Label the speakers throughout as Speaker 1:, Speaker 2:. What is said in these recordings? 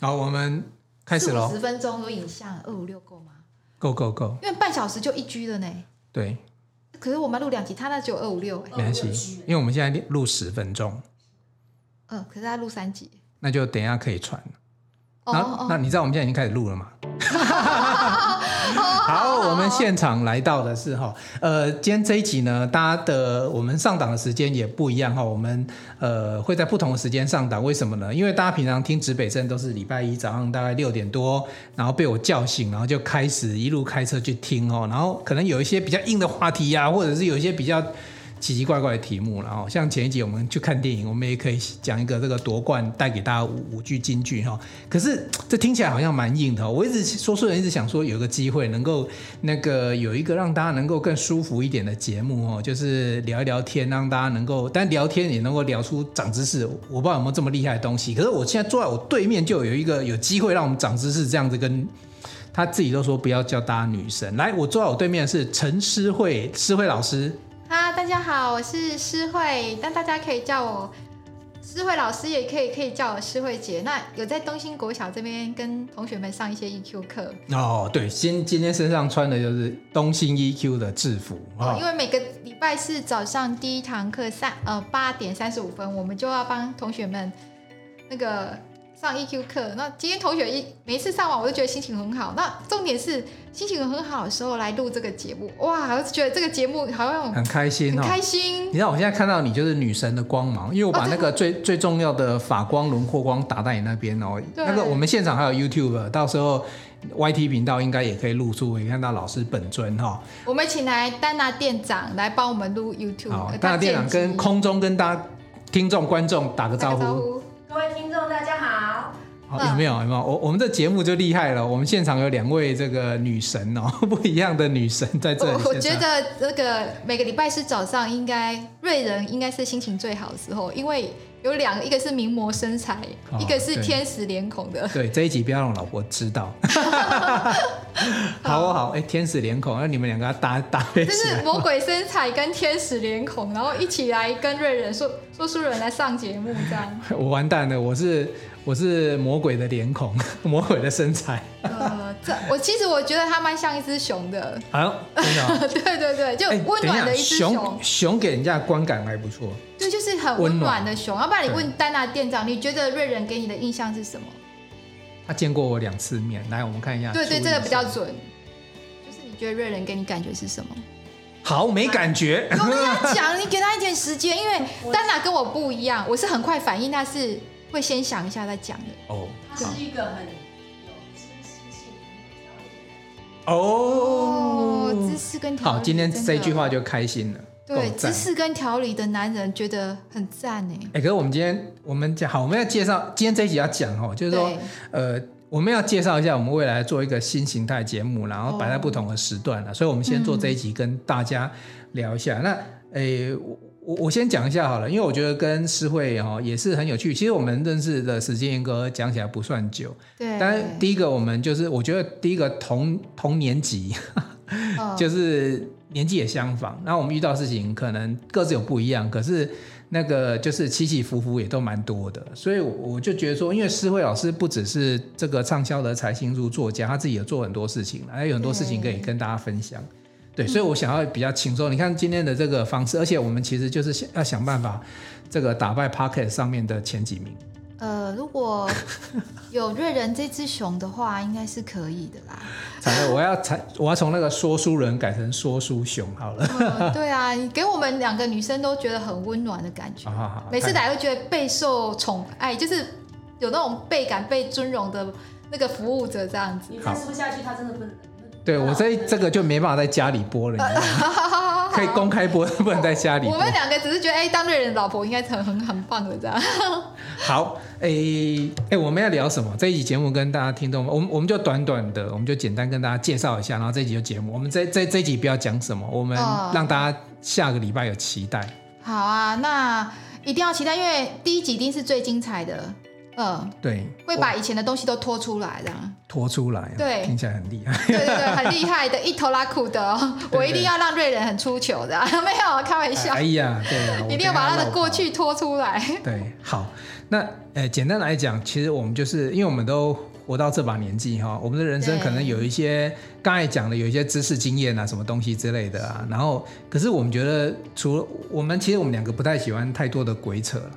Speaker 1: 好，我们开始喽
Speaker 2: 十分钟有影像，二五六够吗？
Speaker 1: ，Go Go Go！
Speaker 2: 因为半小时就一 G 了呢。
Speaker 1: 对，
Speaker 2: 可是我们录两集，他那只有二五六哎，
Speaker 1: 没关系，因为我们现在录十分钟，
Speaker 2: 嗯，可是他录三集。
Speaker 1: 那就等一下可以传。
Speaker 2: 哦
Speaker 1: 然后，
Speaker 2: 哦
Speaker 1: 那你知道我们现在已经开始录了吗？ 好，我们现场来到的是哈，呃，今天这一集呢，大家的我们上档的时间也不一样哈，我们呃会在不同的时间上档，为什么呢？因为大家平常听指北针都是礼拜一早上大概六点多，然后被我叫醒，然后就开始一路开车去听哦，然后可能有一些比较硬的话题呀、或者是有一些比较奇奇怪怪的题目了哦。像前一集我们去看电影，我们也可以讲一个这个夺冠带给大家五五句金句哈、可是这听起来好像蛮硬的、哦，我一直说书人一直想说有一个机会能够那个有一个让大家能够更舒服一点的节目哦，就是聊一聊天，让大家能够但聊天也能够聊出长知识。我不知道有没有这么厉害的东西，可是我现在坐在我对面就有一个有机会让我们长知识这样子跟他自己都说不要叫大家女生。来，我坐在我对面的是陈诗慧，诗慧老师。
Speaker 2: 哈，大家好，我是诗慧，但大家可以叫我诗慧老师，也可以可以叫我诗慧姐。那有在东兴国小这边跟同学们上一些 EQ 课，
Speaker 1: 哦，对，今今天身上穿的就是东兴 EQ 的制服
Speaker 2: 哦
Speaker 1: 哦，
Speaker 2: 因为每个礼拜四早上第一堂课三呃八点三十五分，我们就要帮同学们那个上 EQ 课。那今天同学一每一次上完，我都觉得心情很好。那重点是心情很好的时候来录这个节目，哇，我就觉得这个节目好像
Speaker 1: 很开心
Speaker 2: 很
Speaker 1: 哦。
Speaker 2: 开心。哦
Speaker 1: 你知道我现在看到你就是女神的光芒，因为我把那个最、最重要的法光轮廓光打在你那边哦。
Speaker 2: 对
Speaker 1: 那个我们现场还有 YouTube，到时候 YT 频道应该也可以露出，我也看到老师本尊哦哈、
Speaker 2: 我们请来丹娜店长来帮我们录 YouTube，
Speaker 1: 好
Speaker 2: 呃，
Speaker 1: 哦大家店长跟空中跟大家听众观众打个
Speaker 2: 他
Speaker 1: 招
Speaker 2: 剪辑打个
Speaker 1: 呼。
Speaker 2: 呼。
Speaker 3: 各位听众，大家好。
Speaker 1: 好，
Speaker 2: 嗯
Speaker 1: 有没有？有没有？我我们这节目就厉害了，我们现场有两位这个女神哦， 不一样的女神在这里现场。
Speaker 2: 我我觉得那个每个礼拜四早上，应该瑞人应该是心情最好的时候，因为有两个，一个是名模身材，
Speaker 1: 哦
Speaker 2: 一个是
Speaker 1: 对
Speaker 2: 天使脸孔的。
Speaker 1: 对这一集不要让我老婆知道。 好哦好，哎、天使脸孔，那你们两个要搭搭配
Speaker 2: 就
Speaker 1: 起
Speaker 2: 是
Speaker 1: 来。
Speaker 2: 魔鬼身材跟天使脸孔，然后一起来跟瑞人说说书人来上节目 这样。
Speaker 1: 我完蛋了，我是我是魔鬼的脸孔， 魔鬼的身材，
Speaker 2: 呃，这我其实我觉得他蛮像一只熊的，
Speaker 1: 好、真的哦、
Speaker 2: 对对对， 就
Speaker 1: 哎
Speaker 2: 温暖的
Speaker 1: 等
Speaker 2: 一
Speaker 1: 下
Speaker 2: 只
Speaker 1: 熊熊给人家的观感还不错。
Speaker 2: 对，就是很
Speaker 1: 温
Speaker 2: 温
Speaker 1: 暖
Speaker 2: 暖的熊。要不然你
Speaker 1: 对
Speaker 2: 问丹娜店长，你觉得瑞人给你的印象是什么？
Speaker 1: 他见过我两次面，来我们看一下。
Speaker 2: 对对，
Speaker 1: 注意
Speaker 2: 这个
Speaker 1: 一
Speaker 2: 比
Speaker 1: 下
Speaker 2: 较准。就是你觉得瑞人给你感觉是什么？
Speaker 1: 好，没感觉。
Speaker 2: 我跟他 讲，你给他一点时间，因为丹娜跟我不一样，我是很快反应，他是会先想一下再讲的。
Speaker 1: 哦
Speaker 3: 他是一个很有知识性、很有条理的人。
Speaker 2: 哦
Speaker 1: 哦，
Speaker 2: 知识跟条理。
Speaker 1: 好，今天
Speaker 2: 真的
Speaker 1: 这句话就开心了。
Speaker 2: 对
Speaker 1: 够
Speaker 2: 知
Speaker 1: 赞
Speaker 2: 识跟条理的男人觉得很赞哎。
Speaker 1: 哎、可是我们今天我们讲好，我们要介绍今天这一集要讲哦，就是说
Speaker 2: 对，
Speaker 1: 呃，我们要介绍一下我们未来做一个新形态节目，然后摆在
Speaker 2: 哦嗯
Speaker 1: 不同的时段了、啊所以我们先做这一集跟大家聊一下。那诶、我我我先讲一下好了，因为我觉得跟诗慧哦也是很有趣。其实我们认识的时间严格讲起来不算久，
Speaker 2: 对，
Speaker 1: 但是第一个我们就是我觉得第一个同同年级，
Speaker 2: 嗯
Speaker 1: 就是年纪也相仿，然后我们遇到事情可能各自有不一样，可是那个就是起起伏伏也都蛮多的，所以我我就觉得说，因为诗慧老师不只是这个畅销的财经书作家，他自己有做很多事情，还有很多事情可以跟大家分享。
Speaker 2: 嗯
Speaker 1: 对，所以我想要比较轻松。你看今天的这个方式，而且我们其实就是想要想办法，这个打败 Pocket 上面的前几名。
Speaker 2: 呃，如果有瑞人这只熊的话，应该是可以的啦。
Speaker 1: 惨了，我要才我要从那个说书人改成说书熊好了。
Speaker 2: 嗯对啊，你给我们两个女生都觉得很温暖的感觉
Speaker 1: 好。好好，
Speaker 2: 每次
Speaker 1: 看
Speaker 2: 来都觉得备受宠爱，就是有那种倍感、被尊荣的那个服务者这样子。
Speaker 3: 你再说下去，他真的不能。
Speaker 1: 对我这这个就没办法在家里播了，你知道 吗？可以公开播， 不能在家里
Speaker 2: 我
Speaker 1: 播。
Speaker 2: 们两个只是觉得，哎、当瑞人的老婆应该很很很棒的这样。
Speaker 1: 好，诶、诶、我们要聊什么？这一集节目跟大家听众，我们我们就短短的，我们就简单跟大家介绍一下，然后这一集就节目。我们这这这一集不要讲什么，我们
Speaker 2: 哦
Speaker 1: 让大家下个礼拜有期待。
Speaker 2: 好啊，那一定要期待，因为第一集一定是最精彩的。嗯，
Speaker 1: 对，
Speaker 2: 会把以前的东西都拖出来这样。
Speaker 1: 拖出来，啊
Speaker 2: 对
Speaker 1: 听起来很厉害。
Speaker 2: 对对对，很厉害的，一头拉苦的哦，
Speaker 1: 对对
Speaker 2: 我一定要让瑞人很出糗的啊，没有开玩笑
Speaker 1: 哎，呀，对啊， 我
Speaker 2: 一定要
Speaker 1: 跟
Speaker 2: 把他的
Speaker 1: 绕
Speaker 2: 过
Speaker 1: 跑
Speaker 2: 去拖出来。
Speaker 1: 对，好，那呃，简单来讲，其实我们就是因为我们都活到这把年纪哈，我们的人生可能
Speaker 2: 对
Speaker 1: 有一些刚才讲的有一些知识经验啊，什么东西之类的啊。然后，可是我们觉得，除了我们，其实我们两个不太喜欢太多的鬼扯了。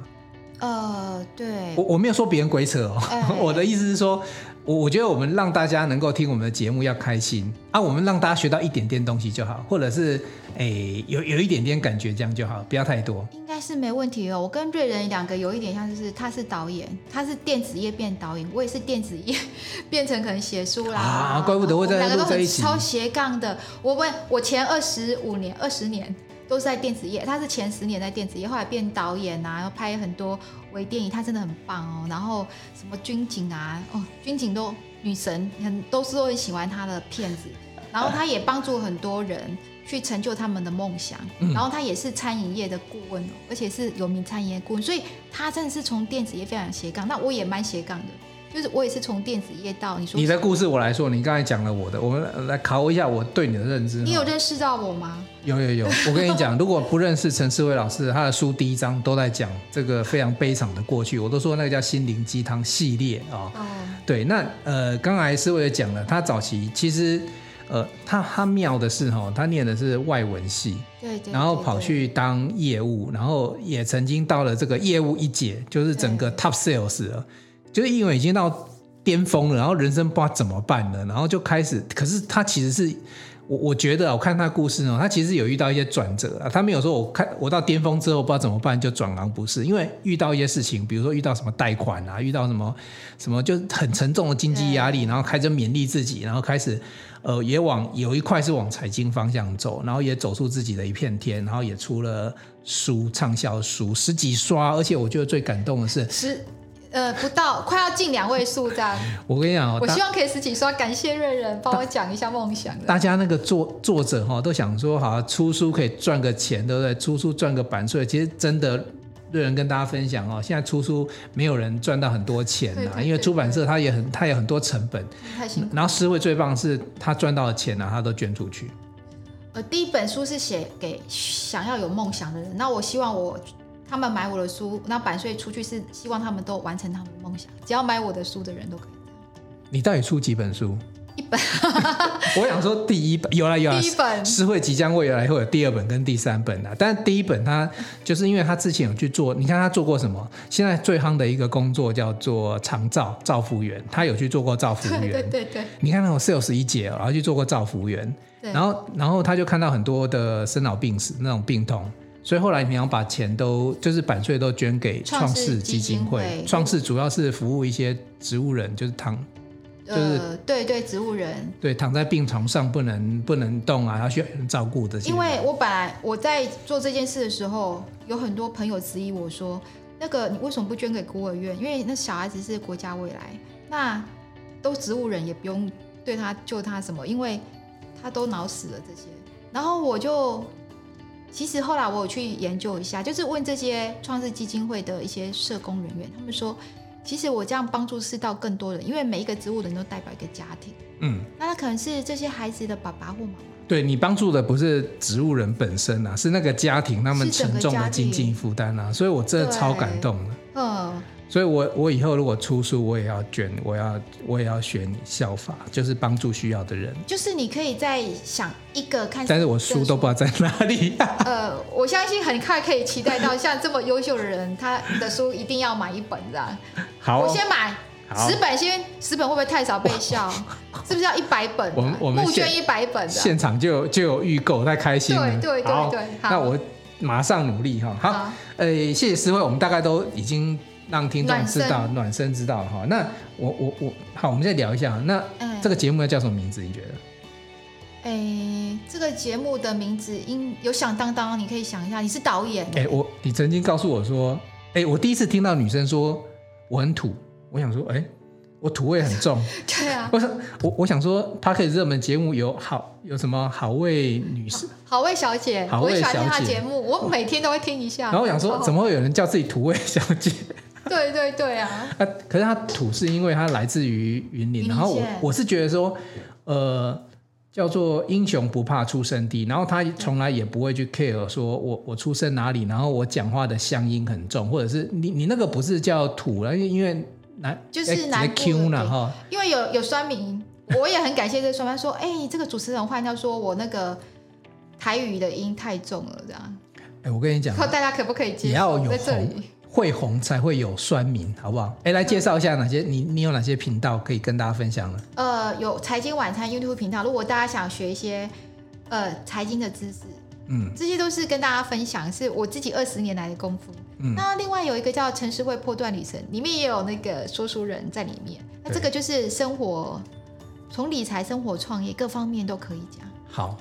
Speaker 2: 呃，对
Speaker 1: 我，我没有说别人鬼扯哦，
Speaker 2: 哎
Speaker 1: 我的意思是说，我我觉得我们让大家能够听我们的节目要开心啊，我们让大家学到一点点东西就好，或者是诶有有一点点感觉这样就好，不要太多。
Speaker 2: 应该是没问题哦。我跟瑞仁两个有一点像，就是他是导演，他是电子业变导演，我也是电子业 变成可能写书啦。
Speaker 1: 啊怪不得会在
Speaker 2: 我们两
Speaker 1: 录
Speaker 2: 个都
Speaker 1: 这一
Speaker 2: 很
Speaker 1: 集
Speaker 2: 超斜杠的。我问我前二十五年、二十年都是在电子业，他是前十年在电子业，后来变导演啊，然后拍很多微电影，他真的很棒哦。然后什么军警啊，哦，军警都女神，很都是都很喜欢他的片 子。然后他也帮助很多人去成就他们的梦想，
Speaker 1: 嗯
Speaker 2: 然后他也是餐饮业的顾问哦，而且是有名餐饮业顾问，所以他真的是从电子业非常斜杠。那我也蛮斜杠的，就是我也是从电子业到你说
Speaker 1: 你的故事我来说，你刚才讲了我的，我们来考一下我对你的认知哈。
Speaker 2: 你有认识到我吗？
Speaker 1: 有有有，我跟你讲，如果不认识陈思维老师，他的书第一章都在讲这个非常悲惨的过去，我都说那个叫心灵鸡汤系列啊、
Speaker 2: 哦，
Speaker 1: 对，那呃，刚才思维也讲了，他早期其实呃，他他妙的是哈、他念的是外文系，
Speaker 2: 对对，
Speaker 1: 然后
Speaker 2: 对
Speaker 1: 跑去当业务，然后也曾经到了这个业务一姐，就是整个 top sales 了，就是因为已经到巅峰了，然后人生不知道怎么办了，然后就开始，可是他其实是。我我觉得啊我看他故事呢，他其实有遇到一些转折啊，他没有说我看我到巅峰之后不知道怎么办就转行不是，因为遇到一些事情，比如说遇到什么贷款啊，遇到什么什么就是很沉重的经济压力，然后开始勉励自己，然后开始呃也往有一块是往财经方向走，然后也走出自己的一片天，然后也出了书畅销书十几刷，而且我觉得最感动的是，
Speaker 2: 十呃不到，快要进两位数这样。
Speaker 1: 我跟你讲哦，
Speaker 2: 我
Speaker 1: 大
Speaker 2: 希望可以十几刷，感谢瑞仁帮我讲一下梦想的。
Speaker 1: 大家那个作作者哈、都想说，好像出书可以赚个钱，对不对？出书赚个版税，其实真的。瑞人跟大家分享哦，现在出书没有人赚到很多钱
Speaker 2: 对
Speaker 1: 呐、
Speaker 2: 对对
Speaker 1: 因为出版社它也很，它有很多成本。
Speaker 2: 太辛苦。
Speaker 1: 然后思维最棒的是，他赚到的钱呢、啊他都捐出去。
Speaker 2: 我呃第一本书是写给想要有梦想的人，那我希望我他们买我的书，那版税出去是希望他们都完成他们的梦想，只要买我的书的人都可以。
Speaker 1: 你到底出几本书？
Speaker 2: 一本
Speaker 1: 我想说第一本有啦有啦，
Speaker 2: 第一本
Speaker 1: 诗会即将未来会有第二本跟第三本啊。但第一本他就是因为他之前有去做，你看他做过什么？现在最夯的一个工作叫做长照照服员，他有去做过照服
Speaker 2: 对
Speaker 1: 员
Speaker 2: 对。对对
Speaker 1: 你看那种 sales 一姐哦，然后去做过照服员，
Speaker 2: 对，
Speaker 1: 然后然后他就看到很多的生老病死那种病痛，所以后来你想把钱都就是版税都捐给
Speaker 2: 创
Speaker 1: 创
Speaker 2: 世
Speaker 1: 世基
Speaker 2: 基金
Speaker 1: 金会
Speaker 2: 会，
Speaker 1: 创世主要是服务一些植物人，就是躺就是
Speaker 2: 呃对对植物人，
Speaker 1: 对，躺在病床上不能不能动啊，他需要有人照顾的。
Speaker 2: 因为我本来我在做这件事的时候，有很多朋友质疑我说，那个你为什么不捐给孤儿院？因为那小孩子是国家未来，那都植物人也不用对他救他什么，因为他都脑死了这些。然后我就其实后来我有去研究一下，就是问这些创世基金会的一些社工人员，他们说，其实我这样帮助世道更多人，因为每一个植物人都代表一个家庭，
Speaker 1: 嗯，
Speaker 2: 那他可能是这些孩子的爸爸或妈妈。
Speaker 1: 对你帮助的不是植物人本身啊，是那个家庭他们
Speaker 2: 是整
Speaker 1: 沉
Speaker 2: 个
Speaker 1: 重的
Speaker 2: 家
Speaker 1: 经
Speaker 2: 庭
Speaker 1: 济负担啊，所以我真的超感
Speaker 2: 对
Speaker 1: 动的。
Speaker 2: 嗯，
Speaker 1: 所以我我以后如果出书，我也要捐，我要我也要学你效法，就是帮助需要的人。
Speaker 2: 就是你可以再想一个看，
Speaker 1: 但是我书都不知道在哪里、
Speaker 2: 呃，我相信很快可以期待到像这么优秀的人，他的书一定要买一本这样。
Speaker 1: 好
Speaker 2: 我，先买
Speaker 1: 好
Speaker 2: 十本先，十本会不会太少被笑？是不是要一百本、啊？
Speaker 1: 我们我们
Speaker 2: 募
Speaker 1: 现
Speaker 2: 捐一百本的、
Speaker 1: 现场就有就有预购，太开心了。
Speaker 2: 对对对
Speaker 1: 好
Speaker 2: 对好
Speaker 1: 那我马上努力哈。好，
Speaker 2: 好
Speaker 1: 呃，谢谢思慧，我们大概都已经让听众
Speaker 2: 暖
Speaker 1: 知
Speaker 2: 身
Speaker 1: 道暖身知道了哈。那我我我好，我们再聊一下，那
Speaker 2: 嗯
Speaker 1: 这个节目要叫什么名字？你觉得？
Speaker 2: 诶，哎这个节目的名字应有响当当，你可以想一下，你是导演，
Speaker 1: 哎、我你曾经告诉我说，哎、我第一次听到女生说我很土，我想说，哎、我土味很 重。
Speaker 2: 对啊，
Speaker 1: 我想，我我想说 p a r k 热门节目有好有什么好味女士，
Speaker 2: 好味小姐，
Speaker 1: 好
Speaker 2: 我
Speaker 1: 味
Speaker 2: 也喜欢听
Speaker 1: 小
Speaker 2: 她
Speaker 1: 姐
Speaker 2: 节目，我每天都会听一下。
Speaker 1: 然后我想说，
Speaker 2: 哦
Speaker 1: 怎么会有人叫自己土味小姐？
Speaker 2: 对对对啊，
Speaker 1: 它可是它土是因为它来自于云
Speaker 2: 云
Speaker 1: 林，
Speaker 2: 林
Speaker 1: 然后我
Speaker 2: 县
Speaker 1: 我是觉得说，呃，叫做英雄不怕出生地，然后他从来也不会去 care 说我我出生哪里，然后我讲话的乡音很重，或者是你你那个不是叫土了，因为因为南
Speaker 2: 就是
Speaker 1: 哎直接
Speaker 2: 南部的
Speaker 1: Q
Speaker 2: 对
Speaker 1: 了哈，
Speaker 2: 因为有有酸民，我也很感谢这个酸民，他说哎、这个主持人换掉，说我那个台语的音太重了，这样，
Speaker 1: 哎，我跟你讲，
Speaker 2: 看大家可不可以接
Speaker 1: 也要
Speaker 2: 受？
Speaker 1: 有
Speaker 2: 在这
Speaker 1: 红
Speaker 2: 里，
Speaker 1: 会红才会有酸民，好不好？哎，来介绍一下哪些你你有哪些频道可以跟大家分享呢？
Speaker 2: 呃，有财经晚餐 YouTube 频道，如果大家想学一些呃财经的知识，
Speaker 1: 嗯
Speaker 2: 这些都是跟大家分享，是我自己二十年来的功夫。
Speaker 1: 嗯
Speaker 2: 那另外有一个叫《城市会破断旅程》，里面也有那个说书人在里面。那
Speaker 1: 对
Speaker 2: 这个就是生活，从理财、生活、创业各方面都可以讲。
Speaker 1: 好，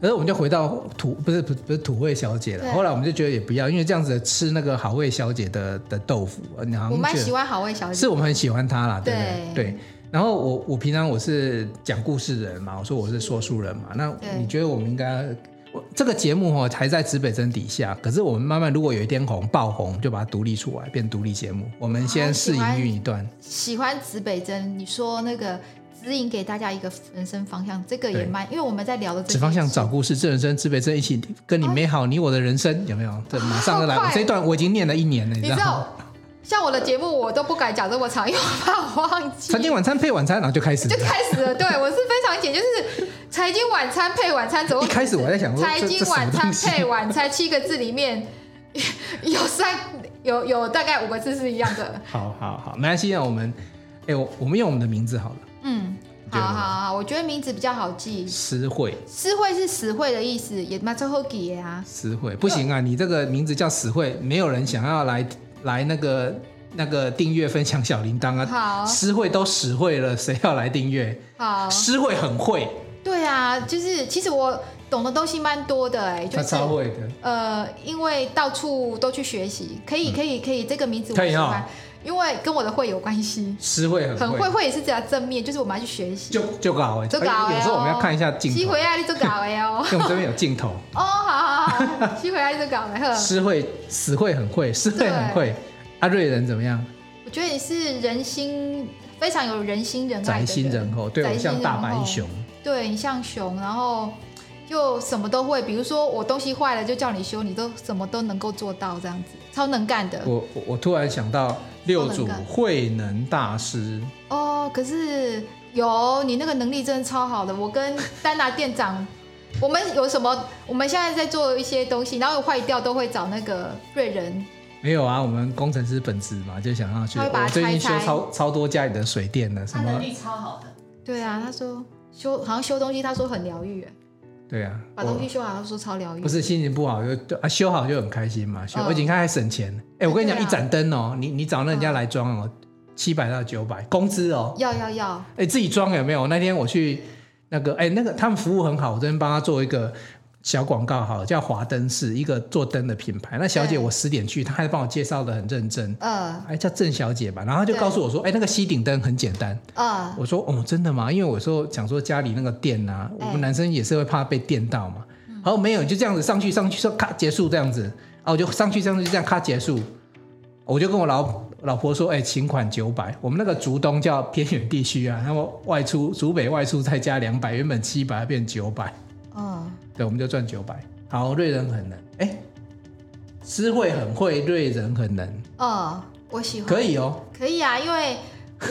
Speaker 1: 可是我们就回到土，不是不是不是土味小姐
Speaker 2: 对
Speaker 1: 了。后来我们就觉得也不要，因为这样子吃那个好味小姐的的豆腐，呃你好
Speaker 2: 我
Speaker 1: 像
Speaker 2: 蛮
Speaker 1: 觉
Speaker 2: 喜
Speaker 1: 得
Speaker 2: 欢好味小姐，
Speaker 1: 是我们很喜欢她啦，对不
Speaker 2: 对
Speaker 1: 对？对。然后我我平常我是讲故事人嘛，我说我是说书人嘛，那
Speaker 2: 对
Speaker 1: 你觉得我们应该？我这个节目哦，还在指北针底下，可是我们慢慢如果有一天红爆红，就把它独立出来，变独立节目。我们
Speaker 2: 好
Speaker 1: 先
Speaker 2: 啊喜
Speaker 1: 试营
Speaker 2: 欢
Speaker 1: 运一段，
Speaker 2: 喜欢指北针。你说那个指引给大家一个人生方向，这个也
Speaker 1: 对
Speaker 2: 蛮，因为我们在聊的这
Speaker 1: 指方向
Speaker 2: 些
Speaker 1: 找故事，这人生指北针一起跟你美好你我的人生有没有？这马上就来，
Speaker 2: 啊好
Speaker 1: 我
Speaker 2: 快哦
Speaker 1: 这一段我已经念了一年了，你
Speaker 2: 你
Speaker 1: 知
Speaker 2: 知
Speaker 1: 道吗
Speaker 2: 道？，像我的节目我都不敢讲这么长，因为我怕我忘记。
Speaker 1: 餐厅晚餐配晚餐，然后就开始
Speaker 2: 就。开始了。对我是非常简，就是财经晚餐配晚餐，总共
Speaker 1: 一开始我还在想说，
Speaker 2: 财
Speaker 1: 这
Speaker 2: 经
Speaker 1: 这什
Speaker 2: 晚
Speaker 1: 么
Speaker 2: 餐
Speaker 1: 东西？
Speaker 2: 配晚餐七个字里面有三有有大概五个字是一样的。
Speaker 1: 好好好，没关系，那我们，哎、我我们用我们的名字好了，
Speaker 2: 嗯，
Speaker 1: 你觉
Speaker 2: 好
Speaker 1: 得呢
Speaker 2: 好好，我觉得名字比较好记。
Speaker 1: 诗慧，
Speaker 2: 实惠是实惠的意思，也蛮最后给啊。
Speaker 1: 诗慧不行啊，你这个名字叫死慧，没有人想要来来那个那个订阅分享小铃铛啊。
Speaker 2: 好
Speaker 1: 诗慧都实惠了，谁要来订阅？
Speaker 2: 好，
Speaker 1: 诗慧很会，
Speaker 2: 对啊，就是其实我懂的东西蛮多的哎、就
Speaker 1: 她
Speaker 2: 是
Speaker 1: 超会的。
Speaker 2: 呃，因为到处都去学习，可以可以可以，这个名字我
Speaker 1: 嗯可以
Speaker 2: 喜
Speaker 1: 哦
Speaker 2: 欢，因为跟我的会有关系。
Speaker 1: 诗慧很
Speaker 2: 很
Speaker 1: 会，
Speaker 2: 会，会也是只要正面，就是我们要去学习，
Speaker 1: 就就搞哎、
Speaker 2: 就搞
Speaker 1: 哎
Speaker 2: 哎、哦
Speaker 1: 有时候我们要看一下镜
Speaker 2: 吸
Speaker 1: 头，
Speaker 2: 回来你就搞哎哦，
Speaker 1: 因为我们这边有镜头。
Speaker 2: 哦，好好好好，吸回来你就搞哎呵。
Speaker 1: 诗慧死慧很会，诗慧很会。阿瑞人怎么样？
Speaker 2: 我觉得你是人心非常有人心仁爱
Speaker 1: 宅
Speaker 2: 的
Speaker 1: 心仁厚，对
Speaker 2: 宅
Speaker 1: 我
Speaker 2: 心
Speaker 1: 像大
Speaker 2: 仁
Speaker 1: 白
Speaker 2: 厚
Speaker 1: 熊。
Speaker 2: 对你像熊，然后就什么都会，比如说我东西坏了就叫你修，你都什么都能够做到这样子，超能干的
Speaker 1: 我我我突然想到六祖
Speaker 2: 能干
Speaker 1: 慧能大师，
Speaker 2: 哦。可是有你那个能力真的超好的，我 跟丹拿店长。我们有什么？我们现在在做一些东西，然后有坏掉都会找那个瑞仁
Speaker 1: 没有啊？我们工程师本职嘛，就想要去。
Speaker 2: 他会把它
Speaker 1: 我最近
Speaker 2: 拆
Speaker 1: 修
Speaker 2: 开
Speaker 1: 超超多家里的水电的，什
Speaker 3: 他能
Speaker 1: 么？
Speaker 3: 力超好的，
Speaker 2: 对啊，他说修好像修东西，他说很疗愈，
Speaker 1: 对啊，
Speaker 2: 把东西
Speaker 1: 我
Speaker 2: 修好，他说超疗愈。
Speaker 1: 不是心情不好就就啊修好就很开心嘛，修
Speaker 2: 嗯
Speaker 1: 而且你看还省钱。哎，我跟你讲，
Speaker 2: 对啊嗯
Speaker 1: 一盏灯哦，你你找那人家来装哦，七百到九百工资哦，
Speaker 2: 要要要，
Speaker 1: 哎，自己装有没有？那天我去那个，哎，那个他们服务很好，我这边帮他做一个小广告，好了，叫华灯饰，一个做灯的品牌。那小姐
Speaker 2: 对
Speaker 1: 我十点去，她还帮我介绍的很认真，
Speaker 2: 呃
Speaker 1: 哎，叫郑小姐吧。然后她就
Speaker 2: 对
Speaker 1: 告诉我说，哎，那个吸顶灯很简单。
Speaker 2: 呃，
Speaker 1: 我说，哦，真的吗？因为我说讲说家里那个电啊，
Speaker 2: 哎
Speaker 1: 我们男生也是会怕被电到嘛。好，没有，你就这样子上去上去，说咔结束这样子，啊，我就上去上去这样咔结束。我就跟我老老婆说，哎、请款九百。我们那个竹东叫偏远地区啊，那么外出竹北外出再加两百，原本七百变九百，
Speaker 2: 嗯，
Speaker 1: 对，我们就赚九百。好，瑞人很能，哎、诗慧很会，瑞人很能，
Speaker 2: 呃，我喜欢，
Speaker 1: 可以哦。
Speaker 2: 可以啊，因为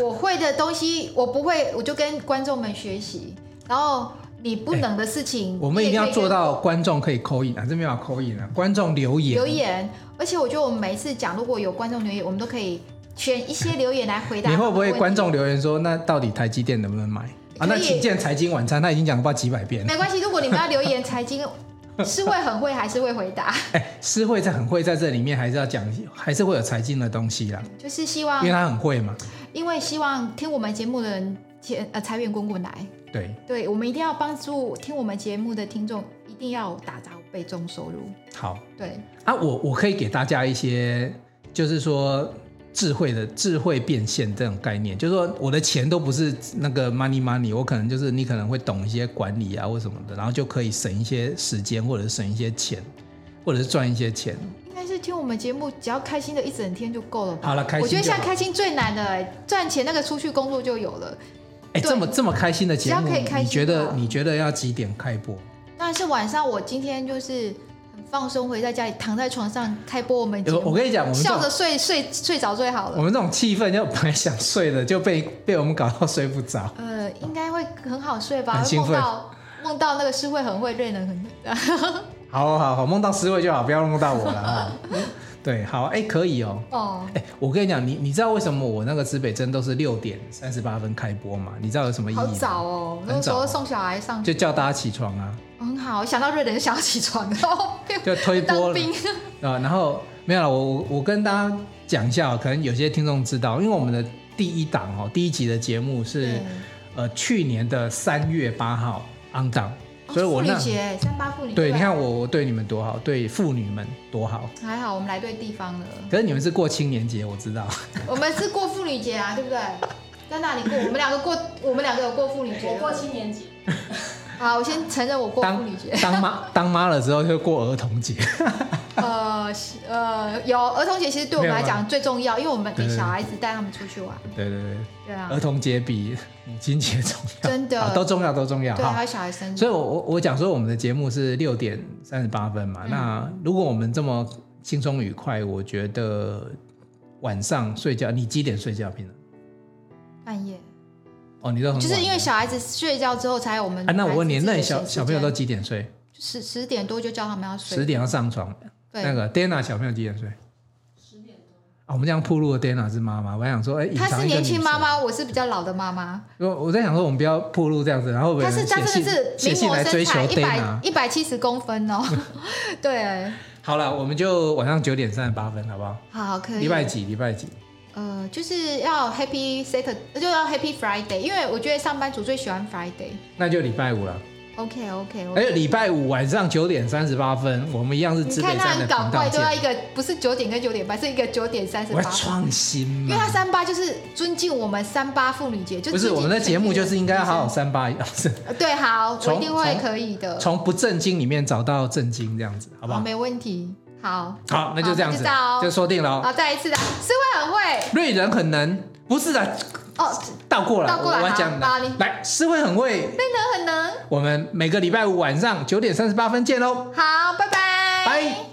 Speaker 2: 我会的东西我不会，我就跟观众们学习，然后你不能的事情，
Speaker 1: 哎我们一
Speaker 2: 你
Speaker 1: 定
Speaker 2: 也可
Speaker 1: 要
Speaker 2: 以
Speaker 1: 做
Speaker 2: 跟
Speaker 1: 到观众可以扣印啊，这没办法扣印啊，观众留言
Speaker 2: 留言。而且我觉得我们每一次讲，如果有观众留言，我们都可以选一些留言来回答。
Speaker 1: 你会不会观？众 留言说，那到底台积电能不能买啊？
Speaker 2: 可
Speaker 1: 那
Speaker 2: 以
Speaker 1: 请见财经晚餐，他已经讲过几百遍了。
Speaker 2: 没关系，如果你们要留言财经，是会很会还是会回答？
Speaker 1: 哎，诗慧在很会在这里面，还是要讲，还是会有财经的东西啦，
Speaker 2: 就是希望
Speaker 1: 因为他很会嘛。
Speaker 2: 因为希望听我们节目的人钱呃财源滚滚来，
Speaker 1: 对，
Speaker 2: 对我们一定要帮助听我们节目的听众，一定要打造被动收入。
Speaker 1: 好
Speaker 2: 对，
Speaker 1: 啊，我我可以给大家一些，就是说智慧的智慧变现这种概念，就是说我的钱都不是那个 money money，我可能就是你可能会懂一些管理啊或什么的，然后就可以省一些时间，或者是省一些钱，或者是赚一些钱。
Speaker 2: 应该是听我们节目，只要开心的一整天就够了吧？
Speaker 1: 好了，啊开心就好。
Speaker 2: 我觉得现在开心最难的、哎赚钱那个出去工作就有了。
Speaker 1: 哎，
Speaker 2: 对
Speaker 1: 这么这么开心的节
Speaker 2: 只
Speaker 1: 目，
Speaker 2: 要可以开心
Speaker 1: 你觉
Speaker 2: 就
Speaker 1: 得
Speaker 2: 好
Speaker 1: 你觉得要几点开播？
Speaker 2: 但是晚上我今天就是很放松，回在家里躺在床上开播我们节
Speaker 1: 哎我
Speaker 2: 目，
Speaker 1: 我跟你讲，我们这
Speaker 2: 笑着
Speaker 1: 种
Speaker 2: 睡睡睡着最好
Speaker 1: 我
Speaker 2: 了。
Speaker 1: 们这种气氛，就本来想睡的，就被 被我们搞到睡不着。
Speaker 2: 呃，应该会很好睡吧？
Speaker 1: 很
Speaker 2: 会
Speaker 1: 兴
Speaker 2: 梦
Speaker 1: 奋
Speaker 2: 到梦到那个是会很会瑞能很
Speaker 1: 好好好，梦到思维就好，不要梦到我了 啊。嗯对，好，哎，可以哦。
Speaker 2: 哦，
Speaker 1: 哎，我跟你讲，你你知道为什么我那个指北针都是六点三十八分开播吗？你知道有什么意义
Speaker 2: 好
Speaker 1: 吗？
Speaker 2: 早啊哦，那
Speaker 1: 很
Speaker 2: 时
Speaker 1: 早
Speaker 2: 候送小孩上
Speaker 1: 就
Speaker 2: 学
Speaker 1: 叫大家起床啊，
Speaker 2: 很好，想到瑞能就想要起床，然后变
Speaker 1: 就推播
Speaker 2: 当
Speaker 1: 了
Speaker 2: 兵。
Speaker 1: 啊、然后没有了，我我我跟大家讲一下哦，可能有些听众知道，因为我们的第一档哦，第一集的节目是
Speaker 2: 对
Speaker 1: 呃去年的三月八号 on 档，
Speaker 2: 哦
Speaker 1: 所以我
Speaker 2: 妇
Speaker 1: 那、
Speaker 2: 女节啊三八妇女节
Speaker 1: 对你看我我对你们多好，对妇女们多好，
Speaker 2: 还好我们来对地方了，
Speaker 1: 可是你们是过青年节，我知道，
Speaker 2: 我们是过妇女节啊， 对不对？在那里过，我们两个过，我们两个有过妇女节。
Speaker 3: 我过七年级，
Speaker 2: 好，我先承认我过妇
Speaker 1: 当
Speaker 2: 女节。
Speaker 1: 当妈当妈了之后就过儿童节，
Speaker 2: 呃是呃，有儿童节其实对我们来讲最重要，因为我
Speaker 1: 啊
Speaker 2: 们给小孩子带他们出去玩，
Speaker 1: 对对对，
Speaker 2: 对啊
Speaker 1: 儿，童节比母亲节重要，
Speaker 2: 真的
Speaker 1: 好呃啊都重要都重要
Speaker 2: 对，啊
Speaker 1: 哈
Speaker 2: 还。有小孩生日
Speaker 1: 所以我，我我讲说我们的节目是六点三十八分嘛。
Speaker 2: 嗯
Speaker 1: 那如果我们这么轻松愉快，我觉得晚上睡觉，你几点睡觉？平常？
Speaker 2: 半夜，
Speaker 1: 哦，你都很晚
Speaker 2: 就是因为小孩子睡觉之后才有我们
Speaker 1: 啊。那我问你，那你小
Speaker 2: 孩子自己的
Speaker 1: 小朋友都
Speaker 2: 时间
Speaker 1: 几点睡？
Speaker 2: 十十点多就叫他们要睡，
Speaker 1: 十点要上床。
Speaker 2: 对
Speaker 1: 那个 Dana 小朋友几点睡？
Speaker 3: 十点多，
Speaker 1: 啊，我们这样铺路的 Dana 是妈妈，我还想说，哎、隐
Speaker 2: 她
Speaker 1: 藏
Speaker 2: 是
Speaker 1: 一个
Speaker 2: 年
Speaker 1: 女
Speaker 2: 轻
Speaker 1: 生
Speaker 2: 妈。妈，我是比较老的妈妈。
Speaker 1: 我我在想说，我们不要铺路这样子，然后会不会
Speaker 2: 她
Speaker 1: 有
Speaker 2: 是
Speaker 1: 人写
Speaker 2: 她真
Speaker 1: 信
Speaker 2: 的是
Speaker 1: 写
Speaker 2: 名
Speaker 1: 信
Speaker 2: 模
Speaker 1: 来
Speaker 2: 身
Speaker 1: 追求
Speaker 2: 材，一百
Speaker 1: Dana。
Speaker 2: 一百七十公 分哦。对，
Speaker 1: 好了，我们就晚上九点三十八分，好不好？
Speaker 2: 好，可以。
Speaker 1: 礼拜几？礼拜几？
Speaker 2: 呃，就是要 Happy Saturday，就要 Happy Friday，因为我觉得上班族最喜欢 Friday。
Speaker 1: 那就礼拜五了。
Speaker 2: 哦 OK OK
Speaker 1: 而
Speaker 2: OK。
Speaker 1: 且礼拜五晚上九点三十八分，我们一样是
Speaker 2: 你
Speaker 1: 指北
Speaker 2: 看他
Speaker 1: 站的
Speaker 2: 很搞
Speaker 1: 频道
Speaker 2: 怪，都要一
Speaker 1: 见。
Speaker 2: 个不是九点跟九点半，是一个九点三十
Speaker 1: 我
Speaker 2: 八
Speaker 1: 要。创新
Speaker 2: 因
Speaker 1: 嘛
Speaker 2: 为他，三八就是尊敬我们三八妇女节，就
Speaker 1: 不是
Speaker 2: 尊敬
Speaker 1: 我们的节目就是应该要好好
Speaker 2: 全
Speaker 1: 三八，是
Speaker 2: 体的女生。呃对，好，我
Speaker 1: 从
Speaker 2: 一定会
Speaker 1: 从
Speaker 2: 可以 的，
Speaker 1: 从不正经里面找到正经这样子，好不好？
Speaker 2: 没问题。好，
Speaker 1: 好，那就这样
Speaker 2: 好
Speaker 1: 子
Speaker 2: 那就这样哦，
Speaker 1: 就说定了哦。
Speaker 2: 好，再一次的，是会很会
Speaker 1: 瑞人很能，不是的，
Speaker 2: 哦，
Speaker 1: 倒过来，
Speaker 2: 倒过来
Speaker 1: 我要
Speaker 2: 好
Speaker 1: 讲
Speaker 2: 好你
Speaker 1: 的。来，诗慧很会，
Speaker 2: 真的很能。
Speaker 1: 我们每个礼拜五晚上九点三十八分见喽，哦
Speaker 2: 好，拜拜，
Speaker 1: 拜。